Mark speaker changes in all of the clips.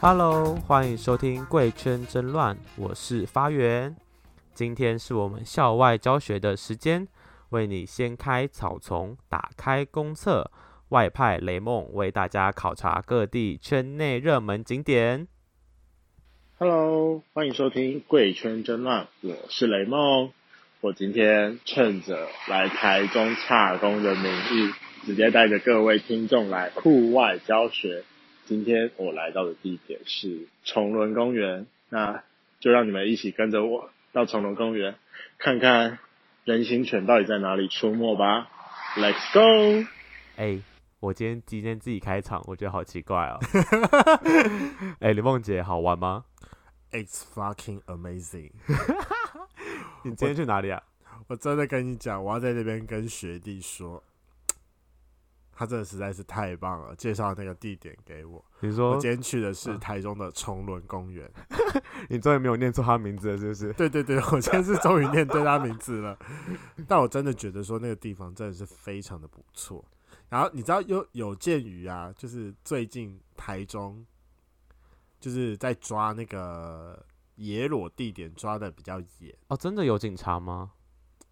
Speaker 1: Hello，欢迎收听《贵圈争乱》，我是发源。今天是我们校外教学的时间，为你掀开草丛，打开公厕，外派雷梦为大家考察各地圈内热门景点。
Speaker 2: Hello，欢迎收听《贵圈争乱》，我是雷梦。我今天趁着来台中洽公的名义，直接带着各位听众来户外教学。今天我来到的地点是崇伦公园，那就让你们一起跟着我到崇伦公园，看看人形犬到底在哪里出没吧。Let's go！
Speaker 1: 哎，我今天今天自己开场，我觉得好奇怪 哦。哎，李梦姐，好玩吗？
Speaker 3: It's fucking amazing！
Speaker 1: 你今天去哪里啊？
Speaker 3: 我真的跟你讲，我要在这边跟学弟说，他真的实在是太棒了，介绍那个地点给我。
Speaker 1: 你
Speaker 3: 我
Speaker 1: 说
Speaker 3: 今天去的是
Speaker 1: 嗯
Speaker 3: 台中的崇伦公园。
Speaker 1: 你终于没有念错他名字了，是不是？
Speaker 3: 对对对，我今天是终于念对他名字了。 但我真的觉得说那个地方真的是非常的不错。然后你知道有有鉴于啊，就是最近台中就是在抓那个野裸地点抓的比较严。
Speaker 1: 哦，真的有警察吗？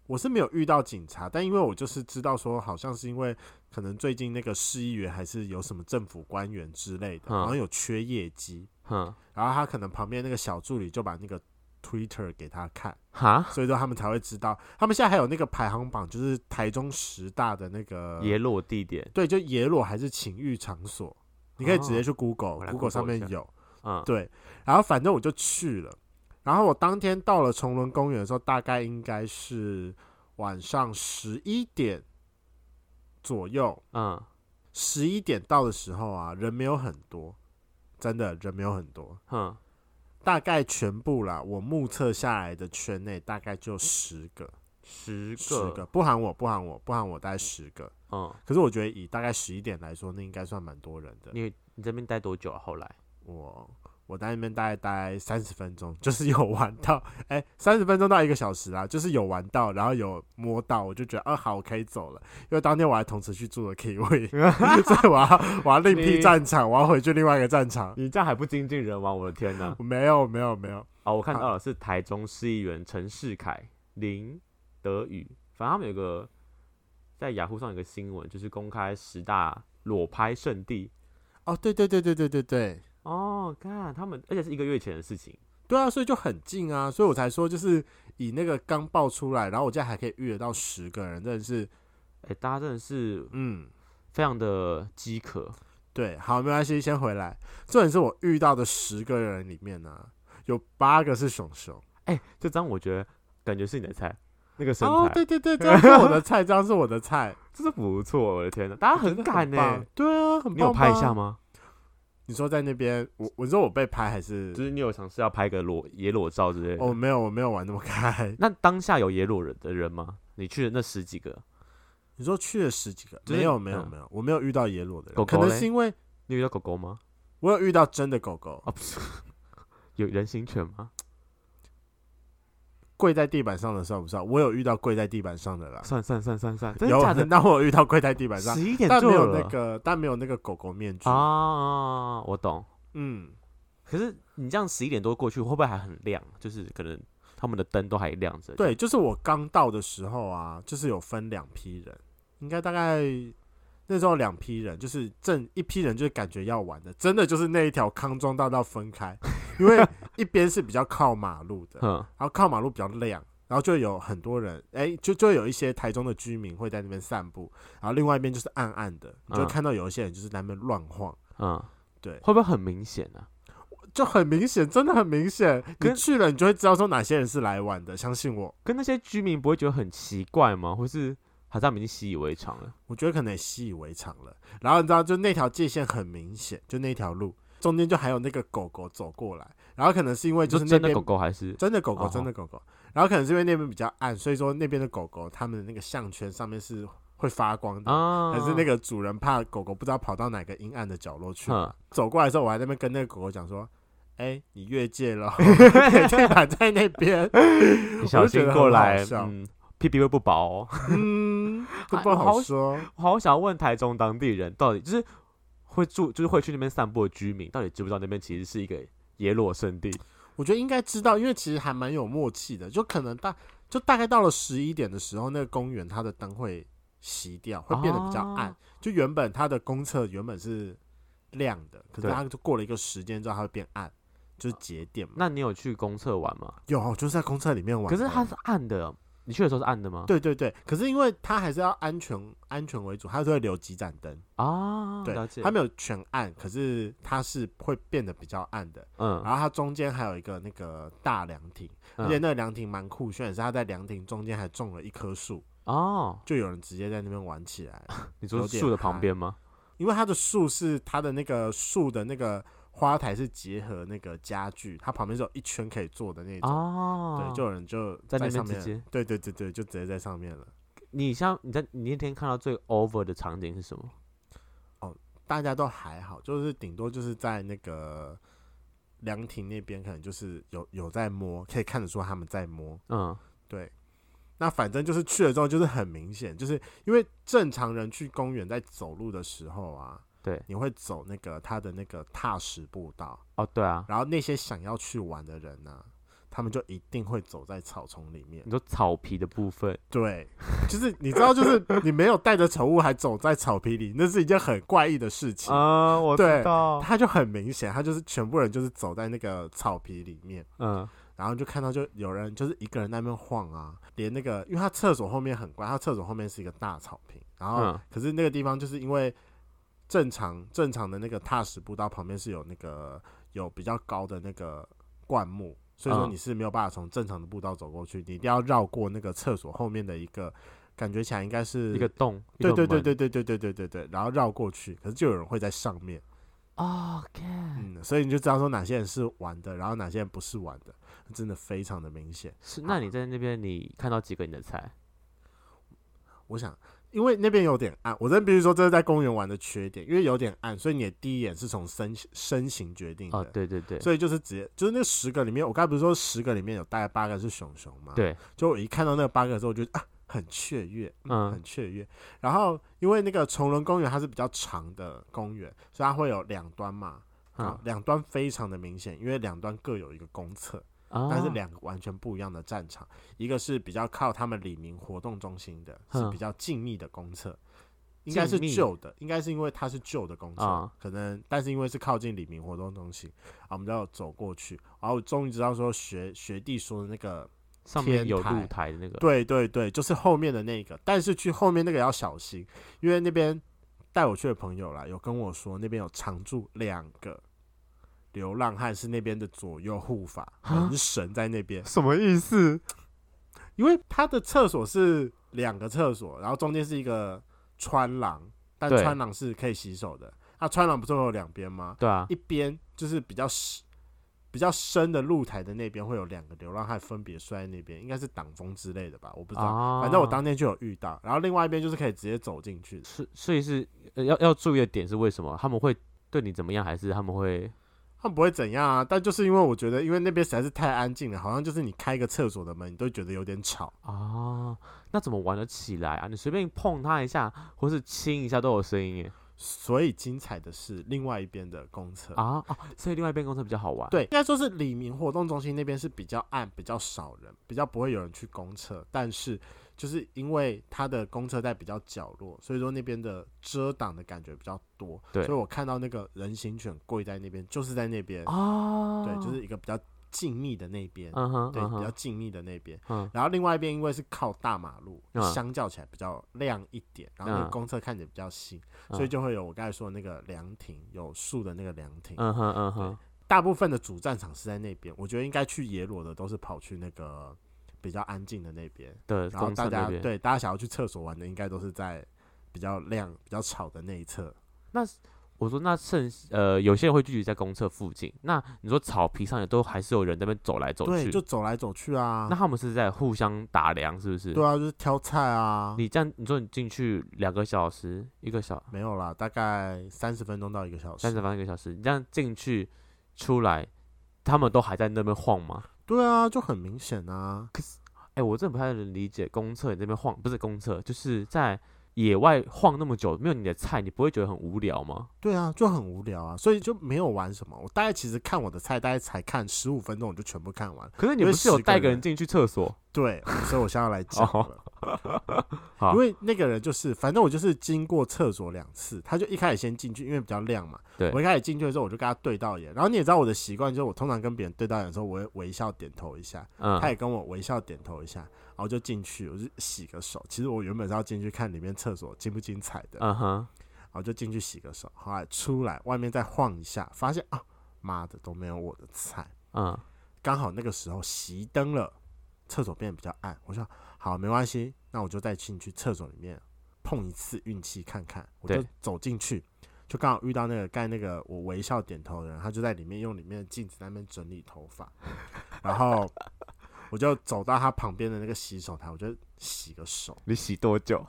Speaker 3: 我是没有遇到警察，但因为我就是知道说，好像是因为可能最近那个市议员还是有什么政府官员之类的，
Speaker 1: 嗯
Speaker 3: 好像有缺业绩，
Speaker 1: 哼，
Speaker 3: 然后他可能旁边那个小助理就把那个 Twitter 给他看，
Speaker 1: 哈，
Speaker 3: 所以说他们才会知道。他们现在还有那个排行榜，就是台中十大的那个，
Speaker 1: 野裸地点，
Speaker 3: 对，就野裸还是情欲场所，你可以直接去
Speaker 1: 哦
Speaker 3: Google，Google、
Speaker 1: 我来
Speaker 3: Google 上
Speaker 1: Google 一下
Speaker 3: 面有。
Speaker 1: 嗯，
Speaker 3: 对，然后反正我就去了。然后我当天到了崇伦公园的时候，大概应该是晚上十一点左右。
Speaker 1: 嗯，
Speaker 3: 十一点到的时候啊，人没有很多，真的人没有很多。
Speaker 1: 哼，
Speaker 3: 大概全部啦，我目测下来的圈内大概就十个，
Speaker 1: 十个，
Speaker 3: 十个，不含我，不含我，不含我，大概十个。
Speaker 1: 嗯，
Speaker 3: 可是我觉得以大概十一点来说，那应该算蛮多人的。
Speaker 1: 你你这边待多久啊？后来，
Speaker 3: 我我在那边大概待三十分钟， 就是有玩到，哎、三十分钟到一个小时啦，就是有玩到，然后有摸到，我就觉得，啊，好，我可以走了。因为当天我还同时去住了 Kiwi，所 以我要我要另辟
Speaker 1: 你
Speaker 3: 战场，我要回去另外一个战场。
Speaker 1: 你这样还不精尽人亡，我的天 哪！
Speaker 3: 我没有没有没有，
Speaker 1: 哦，我看到了，是台中市议员陈世凯、林德宇，反正他们有个在雅虎上有个新闻，就是公开十大裸拍圣地。
Speaker 3: 哦，对对对对对对对。
Speaker 1: 哦，看他们，而且是一个月前的事情。
Speaker 3: 对啊，所以就很近啊，所以我才说就是以那个刚爆出来，然后我现在还可以预约到十个人，真的是，
Speaker 1: 哎、大家真的是
Speaker 3: 嗯，
Speaker 1: 非常的饥渴。
Speaker 3: 对，好，没关系，先回来。重点是我遇到的十个人里面呢、有八个是熊熊。
Speaker 1: 哎、这张我觉得感觉是你的菜，那个身材，
Speaker 3: 哦，对对对，这样是我的菜，这样是我的 菜，
Speaker 1: 这是不错，我的天哪，大家很敢呢、
Speaker 3: 棒对啊，很棒。
Speaker 1: 你有拍一下？吗？
Speaker 3: 你说在那边，我我说我被拍还是
Speaker 1: 就？是你有尝试要拍个裸野裸照之类的？
Speaker 3: 哦，没有，我没有玩那么开。
Speaker 1: 那当下有野裸人的人吗？你去的那十几个，
Speaker 3: 你说去了十几个？
Speaker 1: 就是
Speaker 3: 没有，没有，
Speaker 1: 嗯
Speaker 3: 没有，我没有遇到野裸的人，
Speaker 1: 狗狗
Speaker 3: 可
Speaker 1: 嘞
Speaker 3: 能是因为
Speaker 1: 你有遇到狗狗吗？
Speaker 3: 我有遇到真的狗狗
Speaker 1: 啊，不是， 有人形犬吗？
Speaker 3: 跪在地板上的，算不算？我有遇到跪在地板上的啦。
Speaker 1: 算算算算算，真的
Speaker 3: 有
Speaker 1: 假的？
Speaker 3: 那我有遇到跪在地板上，
Speaker 1: 十一点
Speaker 3: 但
Speaker 1: 就
Speaker 3: 没有
Speaker 1: 了
Speaker 3: 那个，但没有那个狗狗面具。
Speaker 1: 啊，我懂。
Speaker 3: 嗯，
Speaker 1: 可是你这样十一点多过去，会不会还很亮？就是可能他们的灯都还亮着。
Speaker 3: 对，就是我刚到的时候啊，就是有分两批人，应该大概那时候两批人，就是正一批人就是感觉要玩的，真的就是那一条康庄大道分开，因为一边是比较靠马路的，然
Speaker 1: 哼，
Speaker 3: 后靠马路比较亮。然后就有很多人，哎，就就有一些台中的居民会在那边散步，然后另外一边就是暗暗的，你就会
Speaker 1: 嗯
Speaker 3: 看到有一些人就是在那边乱晃，
Speaker 1: 嗯，
Speaker 3: 对
Speaker 1: 会不会很明显啊呢、
Speaker 3: 就很明显，真的很明显。你
Speaker 1: 跟
Speaker 3: 去了，你就会知道说哪些人是来玩的。相信我，
Speaker 1: 跟那些居民不会觉得很奇怪吗？或是还是他们已经习以为常了？
Speaker 3: 我觉得可能也习以为常了。然后你知道，就那条界限很明显，就那条路中间就还有那个狗狗走过来。然后可能是因为就是
Speaker 1: 你说
Speaker 3: 那
Speaker 1: 真的
Speaker 3: 边
Speaker 1: 狗狗还是？
Speaker 3: 真的狗狗，
Speaker 1: 哦
Speaker 3: 真的狗狗。然后可能是因为那边比较暗，所以说那边的狗狗它们的那个项圈上面是会发光的。
Speaker 1: 啊，
Speaker 3: 还是那个主人怕狗狗不知道跑到哪个阴暗的角落去
Speaker 1: 哼
Speaker 3: 嘛，走过来的时候，我还在那边跟那个狗狗讲说：“哎、你越 界了， 你的地板在那边。”
Speaker 1: 你小心过来
Speaker 3: 我就，觉得很好笑
Speaker 1: 嗯，屁屁会不薄、哦。
Speaker 3: 嗯，这
Speaker 1: 哎
Speaker 3: 不
Speaker 1: 我
Speaker 3: 好
Speaker 1: 好
Speaker 3: 说。
Speaker 1: 我好想问台中当地人，到底就是会住就是会去那边散步的居民，到底知不知道那边其实是一个野裸圣地？
Speaker 3: 我觉得应该知道，因为其实还蛮有默契的，就可能大就大概到了十一点的时候，那个公园它的灯会熄掉，会变得比较暗。
Speaker 1: 哦
Speaker 3: 就原本它的公厕原本是亮的，可是
Speaker 1: 对
Speaker 3: 它就过了一个时间之后，它会变暗，就是节点嘛。
Speaker 1: 那你有去公厕玩吗？
Speaker 3: 有，哦我就是在公厕里面玩
Speaker 1: 可
Speaker 3: 的。
Speaker 1: 是它是暗的，哦你去的时候是暗的吗？
Speaker 3: 对对对，可是因为它还是要安全安全为主，它就会留几盏灯。
Speaker 1: 啊，了解
Speaker 3: 对，它。没有全暗，可是它是会变得比较暗的。
Speaker 1: 嗯
Speaker 3: 然后它中间还有一个那个大凉亭，而且
Speaker 1: 嗯
Speaker 3: 那个凉亭蛮酷炫，是它在凉亭中间还种了一棵树，
Speaker 1: 哦，
Speaker 3: 就有人直接在那边玩起 来。
Speaker 1: 你说
Speaker 3: 有
Speaker 1: 是
Speaker 3: 点
Speaker 1: 树的旁
Speaker 3: 嗨
Speaker 1: 边吗？
Speaker 3: 因为它的树是它的那个树的那个花台是结合那个家具，它旁边是有一圈可以坐的那种。
Speaker 1: 哦，
Speaker 3: 对，就有人就
Speaker 1: 在那边
Speaker 3: 上
Speaker 1: 直
Speaker 3: 面，
Speaker 1: 接
Speaker 3: 对对对对，就直接在上面了。
Speaker 1: 你像你在你那天看到最 over 的场景是什么？
Speaker 3: 大家都还好，就是顶多就是在那个凉亭那边，可能就是有有在摸，可以看得出他们在摸。
Speaker 1: 嗯，
Speaker 3: 对，那反正就是去了之后，就是很明显，就是因为正常人去公园在走路的时候啊，
Speaker 1: 对
Speaker 3: 你会走那个他的那个踏实步道，
Speaker 1: 哦，对啊，
Speaker 3: 然后那些想要去玩的人呢、啊他们就一定会走在草丛里面
Speaker 1: 你，说草皮的部分，
Speaker 3: 对，就是你知道，就是你没有带着宠物还走在草皮里，那是一件很怪异的事情。
Speaker 1: 啊，我
Speaker 3: 对
Speaker 1: 道，
Speaker 3: 他就很明显，他就是全部人就是走在那个草皮里面，
Speaker 1: 嗯，
Speaker 3: 然后就看到就有人就是一个人在那边晃啊，连那个因为他厕所后面很怪，他厕所后面是一个大草坪，然后、
Speaker 1: 嗯
Speaker 3: 可是那个地方就是因为正常正常的那个踏实步道旁边是有那个有比较高的那个灌木，所以说
Speaker 1: 嗯
Speaker 3: 你是没有办法从正常的步道走过去，你一定要绕过那个厕所后面的一个。感觉起来应该是
Speaker 1: 嗯一个洞，一
Speaker 3: 对
Speaker 1: 个
Speaker 3: 对对
Speaker 1: 门
Speaker 3: 对对对对对对对，然后绕过去，可是就有人会在上面，
Speaker 1: ，OK，
Speaker 3: 嗯，所以你就知道说哪些人是玩的，然后哪些人不是玩的，真的非常的明显。
Speaker 1: 是，那你在那边你看到几个你的菜？
Speaker 3: 我想，因为那边有点暗，我真的必须说这是在公园玩的缺点，因为有点暗，所以你的第一眼是从身身形决定的。
Speaker 1: 哦，对对对，
Speaker 3: 所以就是直接就是那十个里面，我刚才不是说十个里面有大概八个是熊熊嘛？。
Speaker 1: 对，
Speaker 3: 就我一看到那八个之后，我就啊很雀跃，
Speaker 1: 嗯
Speaker 3: 很雀跃。然后因为那个崇仁公园它是比较长的公园，所以它会有两端嘛，啊
Speaker 1: 嗯，
Speaker 3: 两端非常的明显，因为两端各有一个公厕。
Speaker 1: 啊，
Speaker 3: 但是两个完全不一样的战场，一个是比较靠他们李明活动中心的，是
Speaker 1: 嗯
Speaker 3: 比较静谧的公厕，应该是
Speaker 1: 静谧
Speaker 3: 旧的，应该是因为它是旧的公厕，
Speaker 1: 啊
Speaker 3: 可能但是因为是靠近李明活动中心，啊，我们就要走过去，然后我终于知道说学学弟说的那个，
Speaker 1: 上面
Speaker 3: 天
Speaker 1: 有露
Speaker 3: 台
Speaker 1: 台的那个，
Speaker 3: 对对对，就是后面的那个，但是去后面那个要小心，因为那边带我去的朋友啦，有跟我说那边有常驻两个。流浪汉是那边的左右护法，
Speaker 1: 啊
Speaker 3: 很神在那边，
Speaker 1: 什么意思？
Speaker 3: 因为它的厕所是两个厕所，然后中间是一个穿廊，但
Speaker 1: 对
Speaker 3: 穿廊是可以洗手的。那、穿廊不是会有两边吗？
Speaker 1: 对啊
Speaker 3: 一，边就是比较深、比较深的露台的那边会有两个流浪汉分别摔在那边，应该是挡风之类的吧，我不知道。
Speaker 1: 啊，
Speaker 3: 反正我当天就有遇到，然后另外一边就是可以直接走进去的。
Speaker 1: 是，所以是呃要要注意的点是为什么他们会对你怎么样，还是他们会
Speaker 3: 他们不会怎样啊，但就是因为我觉得，因为那边实在是太安静了，好像就是你开一个厕所的门，你都觉得有点吵。
Speaker 1: 啊？那怎么玩得起来啊？你随便碰它一下，或是亲一下都有声音耶
Speaker 3: 所以精彩的是另外一边的公厕
Speaker 1: 啊啊！所以另外一边公厕比较好玩。，
Speaker 3: 对，应该说是李明活动中心那边是比较暗、比较少人，比较不会有人去公厕，但是就是因为它的公厕在比较角落，所以说那边的遮挡的感觉比较多。
Speaker 1: 对
Speaker 3: 所以我看到那个人形犬跪在那边，就是在那边，
Speaker 1: 啊，
Speaker 3: 对，就是一个比较静谧的那边，
Speaker 1: 嗯哼，
Speaker 3: 对，
Speaker 1: 嗯
Speaker 3: 比较
Speaker 1: 哼，
Speaker 3: 静谧的那边。
Speaker 1: 嗯
Speaker 3: 然后另外一边因为是靠大马路，
Speaker 1: 嗯
Speaker 3: 相较起来比较亮一点，然后那
Speaker 1: 嗯
Speaker 3: 个公厕看起来比较新，
Speaker 1: 嗯
Speaker 3: 所以就会有我刚才说的那个凉亭，有树的那个凉亭。
Speaker 1: 嗯哼嗯哼，
Speaker 3: 大部分的主战场是在那边，我觉得应该去野裸的都是跑去那个比较安静的那边，
Speaker 1: 的
Speaker 3: 然后
Speaker 1: 公厕
Speaker 3: 大
Speaker 1: 那
Speaker 3: 家
Speaker 1: 边。
Speaker 3: 对大家想要去厕所玩的，应该都是在比较亮、比较吵的那一侧。
Speaker 1: 我说那剩呃，有些人会聚集在公厕附近，那你说草皮上也都还是有人在那边走来走
Speaker 3: 对，
Speaker 1: 去，
Speaker 3: 就走来走去啊
Speaker 1: 那，他们是在互相打量，是不是？
Speaker 3: 对啊，就是挑菜啊，
Speaker 1: 你这样，你说你进去两个小时，一个小
Speaker 3: 没有啦，大概三十分钟到一个小
Speaker 1: 三
Speaker 3: 时
Speaker 1: 十。分钟一个小时，你这样进去出来，他们都还在那边晃吗？
Speaker 3: 对啊，就很明显啊。
Speaker 1: 哎、我真的不太能理解公厕你这边晃，不是公厕，就是在野外晃那么久，没有你的菜，你不会觉得很无聊吗？
Speaker 3: 对啊，就很无聊啊，所以就没有玩什么。我大概其实看我的菜，大概才看十五分钟，我就全部看完。
Speaker 1: 可是你
Speaker 3: 因为
Speaker 1: 不是有
Speaker 3: 十个
Speaker 1: 带个人
Speaker 3: 人
Speaker 1: 进去厕所？
Speaker 3: 对，所以我现在要来 讲
Speaker 1: 哦
Speaker 3: 了。
Speaker 1: 好
Speaker 3: 因为那个人就是，反正我就是经过厕所两次，他就一开始先进去，因为比较亮嘛。
Speaker 1: 对
Speaker 3: 我一开始进去的时候，我就跟他对到眼，然后你也知道我的习惯，就是我通常跟别人对到眼的时候，我会微笑点头一下，
Speaker 1: 嗯
Speaker 3: 他，也跟我微笑点头一下，然后就进去，我就洗个手。其实我原本是要进去看里面厕所精不精彩的，
Speaker 1: 嗯哼，
Speaker 3: 然后就进去洗个手，后来出来外面再晃一下，发现啊，妈的都没有我的菜。
Speaker 1: 嗯，
Speaker 3: 刚好那个时候熄灯了，厕所变得比较暗。我说好，没关系，那我就再进去厕所里面碰一次运气看看。我就
Speaker 1: 对
Speaker 3: 走进去，就刚好遇到那个盖那个我微笑点头的人，他就在里面用里面的镜子在那边整理头 发，然后我就走到他旁边的那个洗手台，我就洗个手，
Speaker 1: 你洗多 久？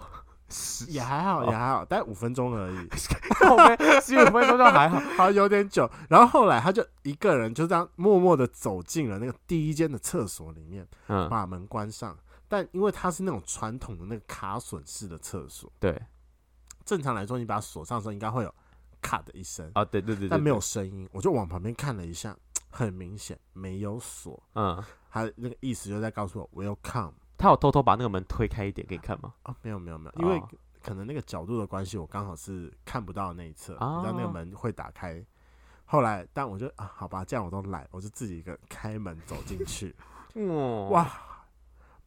Speaker 3: 也还好，也还好，大概五分钟而 已。
Speaker 1: 靠背洗五分钟就还好。
Speaker 3: 好有点久。然后后来他就一个人就这样默默的走进了那个第一间的厕所里面，
Speaker 1: 嗯，
Speaker 3: 把门关上。但因为它是那种传统的那个卡榫式的厕所，
Speaker 1: 对，
Speaker 3: 正常来说你把它锁上的时候应该会有咔的一声，
Speaker 1: 啊，对对对，对
Speaker 3: 但没有，声音。我就往旁边看了一下，很明显没有锁。
Speaker 1: 嗯，
Speaker 3: 他那个意思就在告诉我 “welcome”
Speaker 1: 他有偷偷把那个门推开一点给你看吗？
Speaker 3: 啊，没有没有没有，因为
Speaker 1: 哦
Speaker 3: 可能那个角度的关系，我刚好是看不到那一侧，
Speaker 1: 哦
Speaker 3: 你知道那个门会打开。后来，但我就啊，好吧，这样我都来，我就自己一个开门走进去，
Speaker 1: 哇，
Speaker 3: 哇，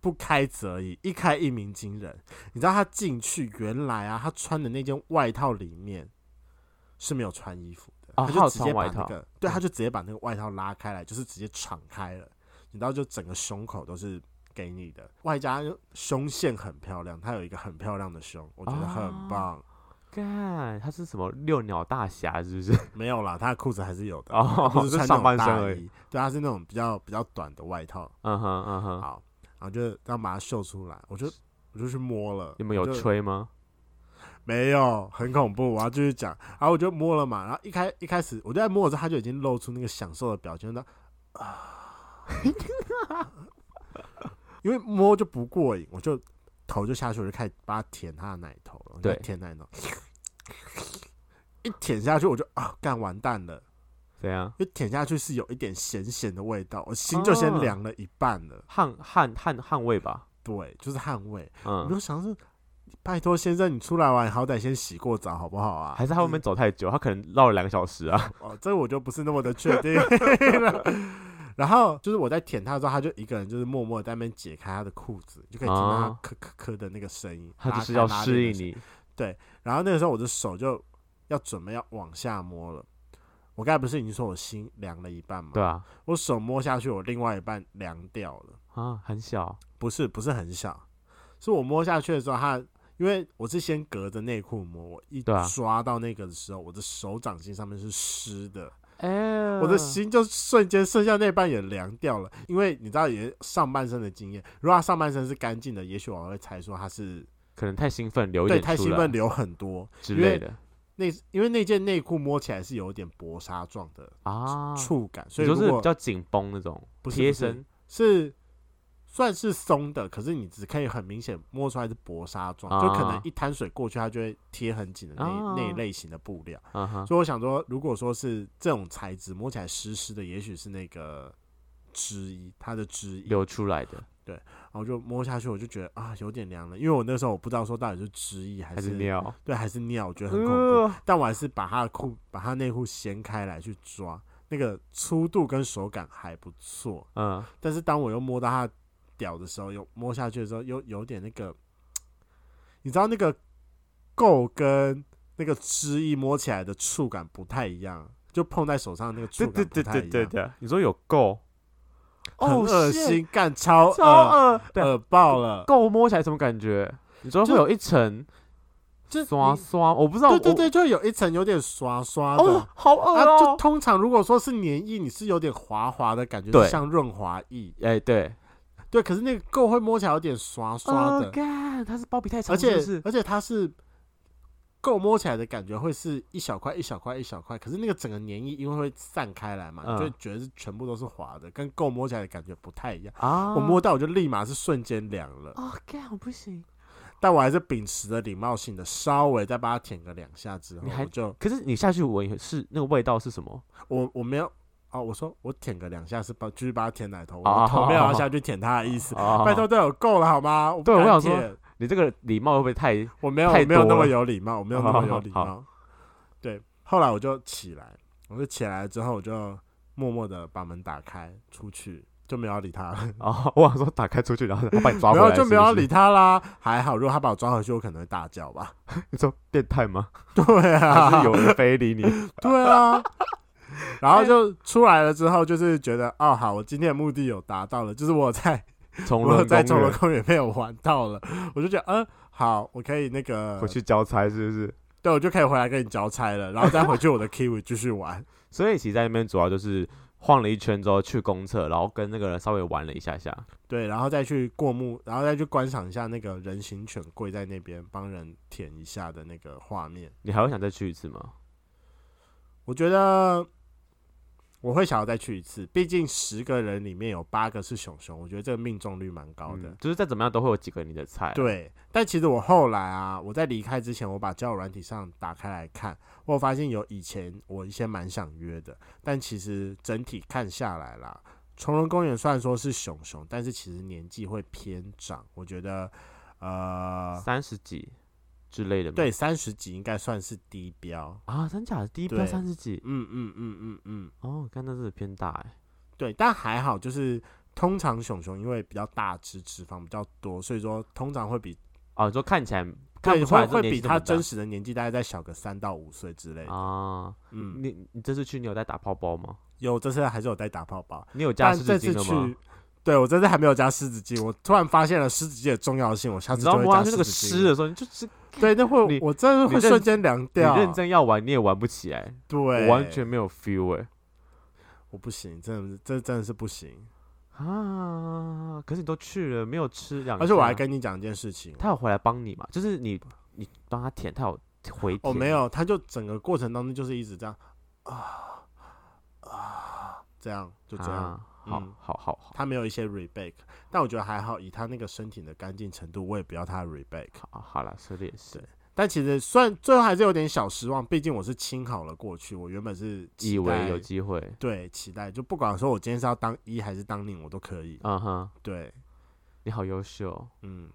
Speaker 3: 不开则已，一开一鸣惊人。你知道他进去原来啊，他穿的那件外套里面是没有穿衣服的，
Speaker 1: 哦
Speaker 3: 他
Speaker 1: 他
Speaker 3: 就
Speaker 1: 有
Speaker 3: 直接
Speaker 1: 穿
Speaker 3: 把
Speaker 1: 外
Speaker 3: 那
Speaker 1: 套嗯
Speaker 3: 个，对，他就直接把那个外套拉开来，就是直接敞开了，你知道，就整个胸口都是给你的，外加胸线很漂亮，他有一个很漂亮的胸，我觉得很
Speaker 1: 哦
Speaker 3: 棒。
Speaker 1: 干，他是什么六鸟大侠是不是？
Speaker 3: 没有啦，他的裤子还是有的，
Speaker 1: 哦
Speaker 3: 他不是
Speaker 1: 就
Speaker 3: 穿
Speaker 1: 上
Speaker 3: 那
Speaker 1: 半
Speaker 3: 种
Speaker 1: 身
Speaker 3: 大
Speaker 1: 而已
Speaker 3: 衣，对，他是那种比较比较短的外套。
Speaker 1: 嗯哼嗯哼，
Speaker 3: 好，然后就让把它秀出来，我就我就去摸了。
Speaker 1: 你们有
Speaker 3: 我就
Speaker 1: 吹吗？
Speaker 3: 没有，很恐怖。我要继续讲，然后我就摸了嘛，然后一开一开始我就在摸的时候，他就已经露出那个享受的表情，就说啊， 因为摸就不过瘾，我就头就下去，我就开始帮他舔他的奶头了，我就
Speaker 1: 对
Speaker 3: 舔奶头，一舔下去我就啊，干完蛋了，
Speaker 1: 怎样？
Speaker 3: 因为舔下去是有一点咸咸的味道，我心就先
Speaker 1: 哦
Speaker 3: 凉了一半了，
Speaker 1: 捍捍捍捍卫吧，
Speaker 3: 对，就是汗味。我
Speaker 1: 嗯，
Speaker 3: 就想说，拜托先生，你出来玩，你好歹先洗过澡好不好啊？
Speaker 1: 还是他后面走太久，他可能绕了两个小时 啊。
Speaker 3: 哦，这我就不是那么的确定了。 然后就是我在舔他的时候，他就一个人就是默默地在那边解开他的裤子，你就可以听到他
Speaker 1: 哦
Speaker 3: 咳咳咳的那个声音，
Speaker 1: 他就
Speaker 3: 拉
Speaker 1: 是
Speaker 3: 开
Speaker 1: 要
Speaker 3: 拉
Speaker 1: 适
Speaker 3: 链
Speaker 1: 应
Speaker 3: 的声音。
Speaker 1: 你，
Speaker 3: 然后那个时候我的手就要准备要往下摸了。我刚才不是已经说我心凉了一半吗？
Speaker 1: 对啊，
Speaker 3: 我手摸下去，我另外一半凉掉了。
Speaker 1: 啊，很小，
Speaker 3: 不是不是很小，是我摸下去的时候，它因为我是先隔着内裤摸，我一
Speaker 1: 对啊
Speaker 3: 抓到那个的时候，我的手掌心上面是湿的，
Speaker 1: 哎，
Speaker 3: 我的心就瞬间剩下那半也凉掉了。因为你知道，也上半身的经验，如果他上半身是干净的，也许我还会猜说他是
Speaker 1: 可能太兴奋，流一
Speaker 3: 对
Speaker 1: 点
Speaker 3: 太
Speaker 1: 出
Speaker 3: 兴
Speaker 1: 来
Speaker 3: 奋流很多。
Speaker 1: 之
Speaker 3: 因为
Speaker 1: 类的
Speaker 3: 那因为那件内裤摸起来是有点薄纱状的
Speaker 1: 啊，
Speaker 3: 触感，所
Speaker 1: 你
Speaker 3: 以
Speaker 1: 就
Speaker 3: 如
Speaker 1: 是
Speaker 3: 果
Speaker 1: 比较紧绷那种，
Speaker 3: 不是
Speaker 1: 贴
Speaker 3: 不是
Speaker 1: 身
Speaker 3: 是算是松的，可是你只可以很明显摸出来是薄纱状，
Speaker 1: 啊
Speaker 3: 就可能一滩水过去，它就会贴很紧的那、
Speaker 1: 啊
Speaker 3: 那一类型的布料。
Speaker 1: 嗯哼，
Speaker 3: 所以我想说，如果说是这种材质摸起来湿湿的，也许是那个织衣，它的织衣。
Speaker 1: 流出来的
Speaker 3: 然后就摸下去，我就觉得啊有点凉了，因为我那时候我不知道说到底是织衣还
Speaker 1: 还
Speaker 3: 是
Speaker 1: 是尿，
Speaker 3: 对还是尿，我觉得很恐怖。
Speaker 1: 呃
Speaker 3: 但我还是把他的裤把他内裤掀开来去抓，那个粗度跟手感还不错。
Speaker 1: 嗯，
Speaker 3: 但是当我又摸到他的屌的时候，又摸下去的时候，又有点那个，你知道那个垢跟那个汁液摸起来的触感不太一样，就碰在手上的那个触
Speaker 1: 对
Speaker 3: 感
Speaker 1: 嗯对
Speaker 3: 不
Speaker 1: 对
Speaker 3: 太一
Speaker 1: 对
Speaker 3: 样，
Speaker 1: 对对，你说有够，
Speaker 3: 很
Speaker 1: 哦
Speaker 3: 恶，
Speaker 1: shit，
Speaker 3: 心，干超
Speaker 1: 超
Speaker 3: 恶
Speaker 1: 恶，哦呃对，
Speaker 3: 恶爆了，
Speaker 1: 够摸起来什么感觉？你说
Speaker 3: 就
Speaker 1: 会有一层
Speaker 3: 就
Speaker 1: 刷
Speaker 3: 你
Speaker 1: 刷，我不知道，
Speaker 3: 对对
Speaker 1: 我
Speaker 3: 对，就有一层有点刷刷的。
Speaker 1: 哦，好恶
Speaker 3: 啊，就
Speaker 1: 哦，
Speaker 3: 通常如果说是黏液，你是有点滑滑的感觉，
Speaker 1: 对
Speaker 3: 就像润滑液，
Speaker 1: 哎对，
Speaker 3: 对。可是那个垢会摸起来有点刷刷的
Speaker 1: 呃，干，它是包皮太长，
Speaker 3: 而且
Speaker 1: 是不是
Speaker 3: 而且它是够摸起来的感觉会是一小块一小块一小块，可是那个整个黏液因为会散开来嘛，
Speaker 1: 嗯
Speaker 3: 你就会觉得是全部都是滑的，跟够摸起来的感觉不太一样。
Speaker 1: 啊，哦
Speaker 3: 我摸到我就立马是瞬间凉了，
Speaker 1: 哦，干，我不行，
Speaker 3: 但我还是秉持着礼貌性的，稍微再把它舔个两下之后
Speaker 1: 你，还
Speaker 3: 我就
Speaker 1: 可是你下去闻是那个味道是什么？
Speaker 3: 我我没有哦，我说我舔个两下是把继续把它舔奶头，
Speaker 1: 哦
Speaker 3: 我头没有
Speaker 1: 好
Speaker 3: 要
Speaker 1: 好
Speaker 3: 下去舔它的意思。
Speaker 1: 哦
Speaker 3: 拜托，对我够了好吗？我不
Speaker 1: 对我
Speaker 3: 敢
Speaker 1: 想说
Speaker 3: 舔
Speaker 1: 你这个礼貌会不会太……
Speaker 3: 我没有
Speaker 1: 太
Speaker 3: 我没有
Speaker 1: 多
Speaker 3: 那么
Speaker 1: 了
Speaker 3: 有礼貌，我没有那么有礼
Speaker 1: 好
Speaker 3: 貌。对，后来我就起来，我就起来之后，我就默默的把门打开出去，就没有要理他了。
Speaker 1: 哦，我想说打开出去，然后他把 你抓回
Speaker 3: 然
Speaker 1: 来，
Speaker 3: 后就没有
Speaker 1: 有
Speaker 3: 要理他啦。还好，如果他把我抓回去，我可能会大叫吧。
Speaker 1: 你说变态吗？
Speaker 3: 对 啊，
Speaker 1: 还是有人非 礼你？
Speaker 3: 对啊。然后就出来了之后，就是觉得哦，好，我今天的目的有达到了，就是我在
Speaker 1: 从
Speaker 3: 我
Speaker 1: 容
Speaker 3: 在
Speaker 1: 公
Speaker 3: 中
Speaker 1: 园
Speaker 3: 仑公园没有玩到了，我就觉得嗯，好，我可以那个
Speaker 1: 回，去交差是不是？
Speaker 3: 对我就可以回来跟你交差了，然后再回去我的 Kiwi 继续玩。
Speaker 1: 所以其实在那边主要就是晃了一圈之后去公厕，然后跟那个人稍微玩了一下下。
Speaker 3: 对，然后再去过目，然后再去观赏一下那个人形犬跪在那边帮人舔一下的那个画面。
Speaker 1: 你还会想再去一次吗？
Speaker 3: 我觉得我会想要再去一次，毕竟十个人里面有八个是熊熊，我觉得这个命中率蛮高的。
Speaker 1: 嗯就是再怎么样都会有几个你的菜。，
Speaker 3: 对，但其实我后来啊，我在离开之前，我把交友软体上打开来看，我有发现有以前我一些蛮想约的，但其实整体看下来啦，崇仁公园虽然说是熊熊，但是其实年纪会偏长，我觉得呃，
Speaker 1: 三十几之类的吗。
Speaker 3: 对，三十几应该算是低标。
Speaker 1: 啊，真假的？第一
Speaker 3: 对
Speaker 1: 标三十几？
Speaker 3: 嗯嗯嗯嗯嗯，
Speaker 1: 哦，看到这偏大哎、
Speaker 3: 对，但还好，就是通常熊熊因为比较大只，脂肪比较多，所以说通常会比
Speaker 1: 哦，你说看起来看
Speaker 3: 对
Speaker 1: 不出来
Speaker 3: 会
Speaker 1: 这
Speaker 3: 会
Speaker 1: 年
Speaker 3: 比
Speaker 1: 纪这
Speaker 3: 它
Speaker 1: 么大
Speaker 3: 真实的年纪大概再小个三到五岁之类的。
Speaker 1: 啊。
Speaker 3: 嗯，
Speaker 1: 你你这次去你有带打泡包吗？
Speaker 3: 有这次还是有带打泡泡，
Speaker 1: 你有加
Speaker 3: 但
Speaker 1: 湿
Speaker 3: 这
Speaker 1: 纸
Speaker 3: 次
Speaker 1: 巾了吗
Speaker 3: 去？，对我这次还没有加湿纸巾，我突然发现了湿纸巾的重要性，我下
Speaker 1: 你知
Speaker 3: 次就
Speaker 1: 道
Speaker 3: 会
Speaker 1: 摸上
Speaker 3: 加
Speaker 1: 去
Speaker 3: 湿
Speaker 1: 那
Speaker 3: 纸
Speaker 1: 个湿的
Speaker 3: 巾。
Speaker 1: 时候，你就就是
Speaker 3: 对，那会
Speaker 1: 你
Speaker 3: 我真的
Speaker 1: 你
Speaker 3: 会
Speaker 1: 认
Speaker 3: 瞬间凉
Speaker 1: 你
Speaker 3: 掉，
Speaker 1: 认真要玩你也玩不起欸来，
Speaker 3: 对，
Speaker 1: 我完全没有 feel 哎、
Speaker 3: 我不行，真的是这真的是不行。
Speaker 1: 啊！可是你都去了，没有吃两下，
Speaker 3: 而且我还跟你讲一件事情，
Speaker 1: 他有回来帮你嘛？就是你你帮他舔，他有回舔。
Speaker 3: 哦，没，有，他就整个过程当中就是一直这样啊啊，这样就这样，
Speaker 1: 啊，好
Speaker 3: 嗯
Speaker 1: 好好好
Speaker 3: 他没有一些 rebake，但我觉得还好，以他那个身体的干净程度，我也不要他的 rebake。
Speaker 1: 好好了，说的也是
Speaker 3: 对，但其实虽然最后还是有点小失望，毕竟我是清好了过去，我原本是期
Speaker 1: 以为有
Speaker 3: 待
Speaker 1: 机会，
Speaker 3: 对期待，就不管说我今天是要当一还是当零，我都可以。
Speaker 1: 嗯哼，
Speaker 3: 对，
Speaker 1: 你好优秀，
Speaker 3: 嗯，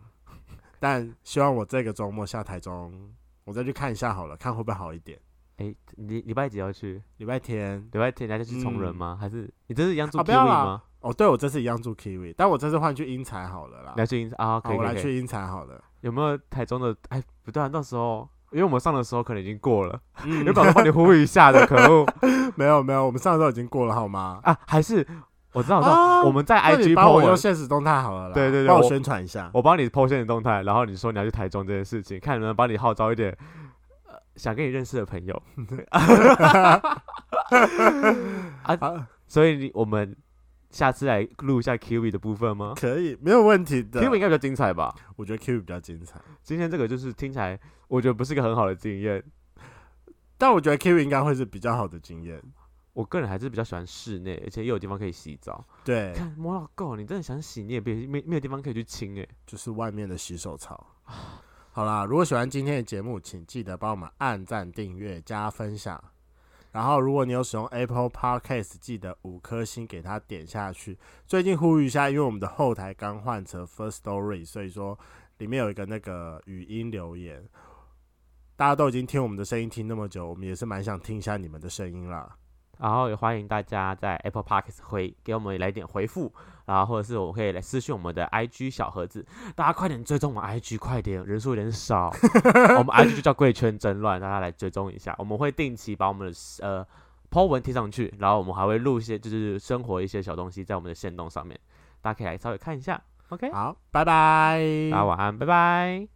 Speaker 3: 但希望我这个周末下台中，我再去看一下好了，看会不会好一点。
Speaker 1: 哎，你礼拜几要去？
Speaker 3: 礼拜天
Speaker 1: 礼拜天你要去崇仁
Speaker 3: 嗯
Speaker 1: 吗？还是你这是一样住
Speaker 3: 啊
Speaker 1: Kiwi
Speaker 3: 不要啦
Speaker 1: 吗？
Speaker 3: 哦，对我这次一样住 Kiwi，但我这次换去英才好了啦
Speaker 1: 你。要去英啊？
Speaker 3: 好，
Speaker 1: 可以
Speaker 3: 我
Speaker 1: 可
Speaker 3: 来
Speaker 1: 以可以。
Speaker 3: 去英才好了。
Speaker 1: 有没有台中的？哎，不对啊，到时候因为我们上的时候可能已经过了，
Speaker 3: 嗯
Speaker 1: 有本来帮你呼吁一下的，可恶
Speaker 3: 没有没有，我们上周已经过了好吗？
Speaker 1: 啊！还是我知道，我知
Speaker 3: 啊
Speaker 1: 道，我们在
Speaker 3: 那
Speaker 1: IG
Speaker 3: 你帮我
Speaker 1: po
Speaker 3: 用
Speaker 1: 文
Speaker 3: 现实动态好了啦，
Speaker 1: 对对对
Speaker 3: 帮我
Speaker 1: 我
Speaker 3: 宣传一下。
Speaker 1: 我帮你剖线的动态，然后你说你要去台中这件事情，看能不能帮你号召一点、呃、想跟你认识的朋友。啊，所以你我们下次来录一下 Kiwi 的部分吗
Speaker 3: 可以，没有问题的。
Speaker 1: ？Kiwi 应该比较精彩吧？
Speaker 3: 我觉得 Q 比较精彩，
Speaker 1: 今天这个就是听起来，我觉得不是一个很好的经验。
Speaker 3: 但我觉得 Q 应该会是比较好的经验。
Speaker 1: 我个人还是比较喜欢室内，而且也有地方可以洗澡。
Speaker 3: 对，
Speaker 1: 看摸到够，你真的想洗，你也别没没有地方可以去清哎、
Speaker 3: 就是外面的洗手槽。好啦，如果喜欢今天的节目，请记得帮我们按赞、订阅、加分享。然后，如果你有使用 Apple Podcast，记得五颗星给它点下去。最近呼吁一下，因为我们的后台刚换成 First Story，所以说里面有一个那个语音留言，大家都已经听我们的声音听那么久，我们也是蛮想听一下你们的声音啦。
Speaker 1: 然后也欢迎大家在 Apple Podcast 回给我们来点回复，然后或者是我们可以来私讯我们的 IG 小盒子，大家快点追踪我们 IG，快点，人数有点少，我们 IG 就叫贵圈争乱，大家来追踪一下，我们会定期把我们的呃 po 文贴上去，然后我们还会录一些就是生活一些小东西在我们的线动上面，大家可以来稍微看一下，OK，
Speaker 3: 好，拜拜，
Speaker 1: 大家晚安，拜拜。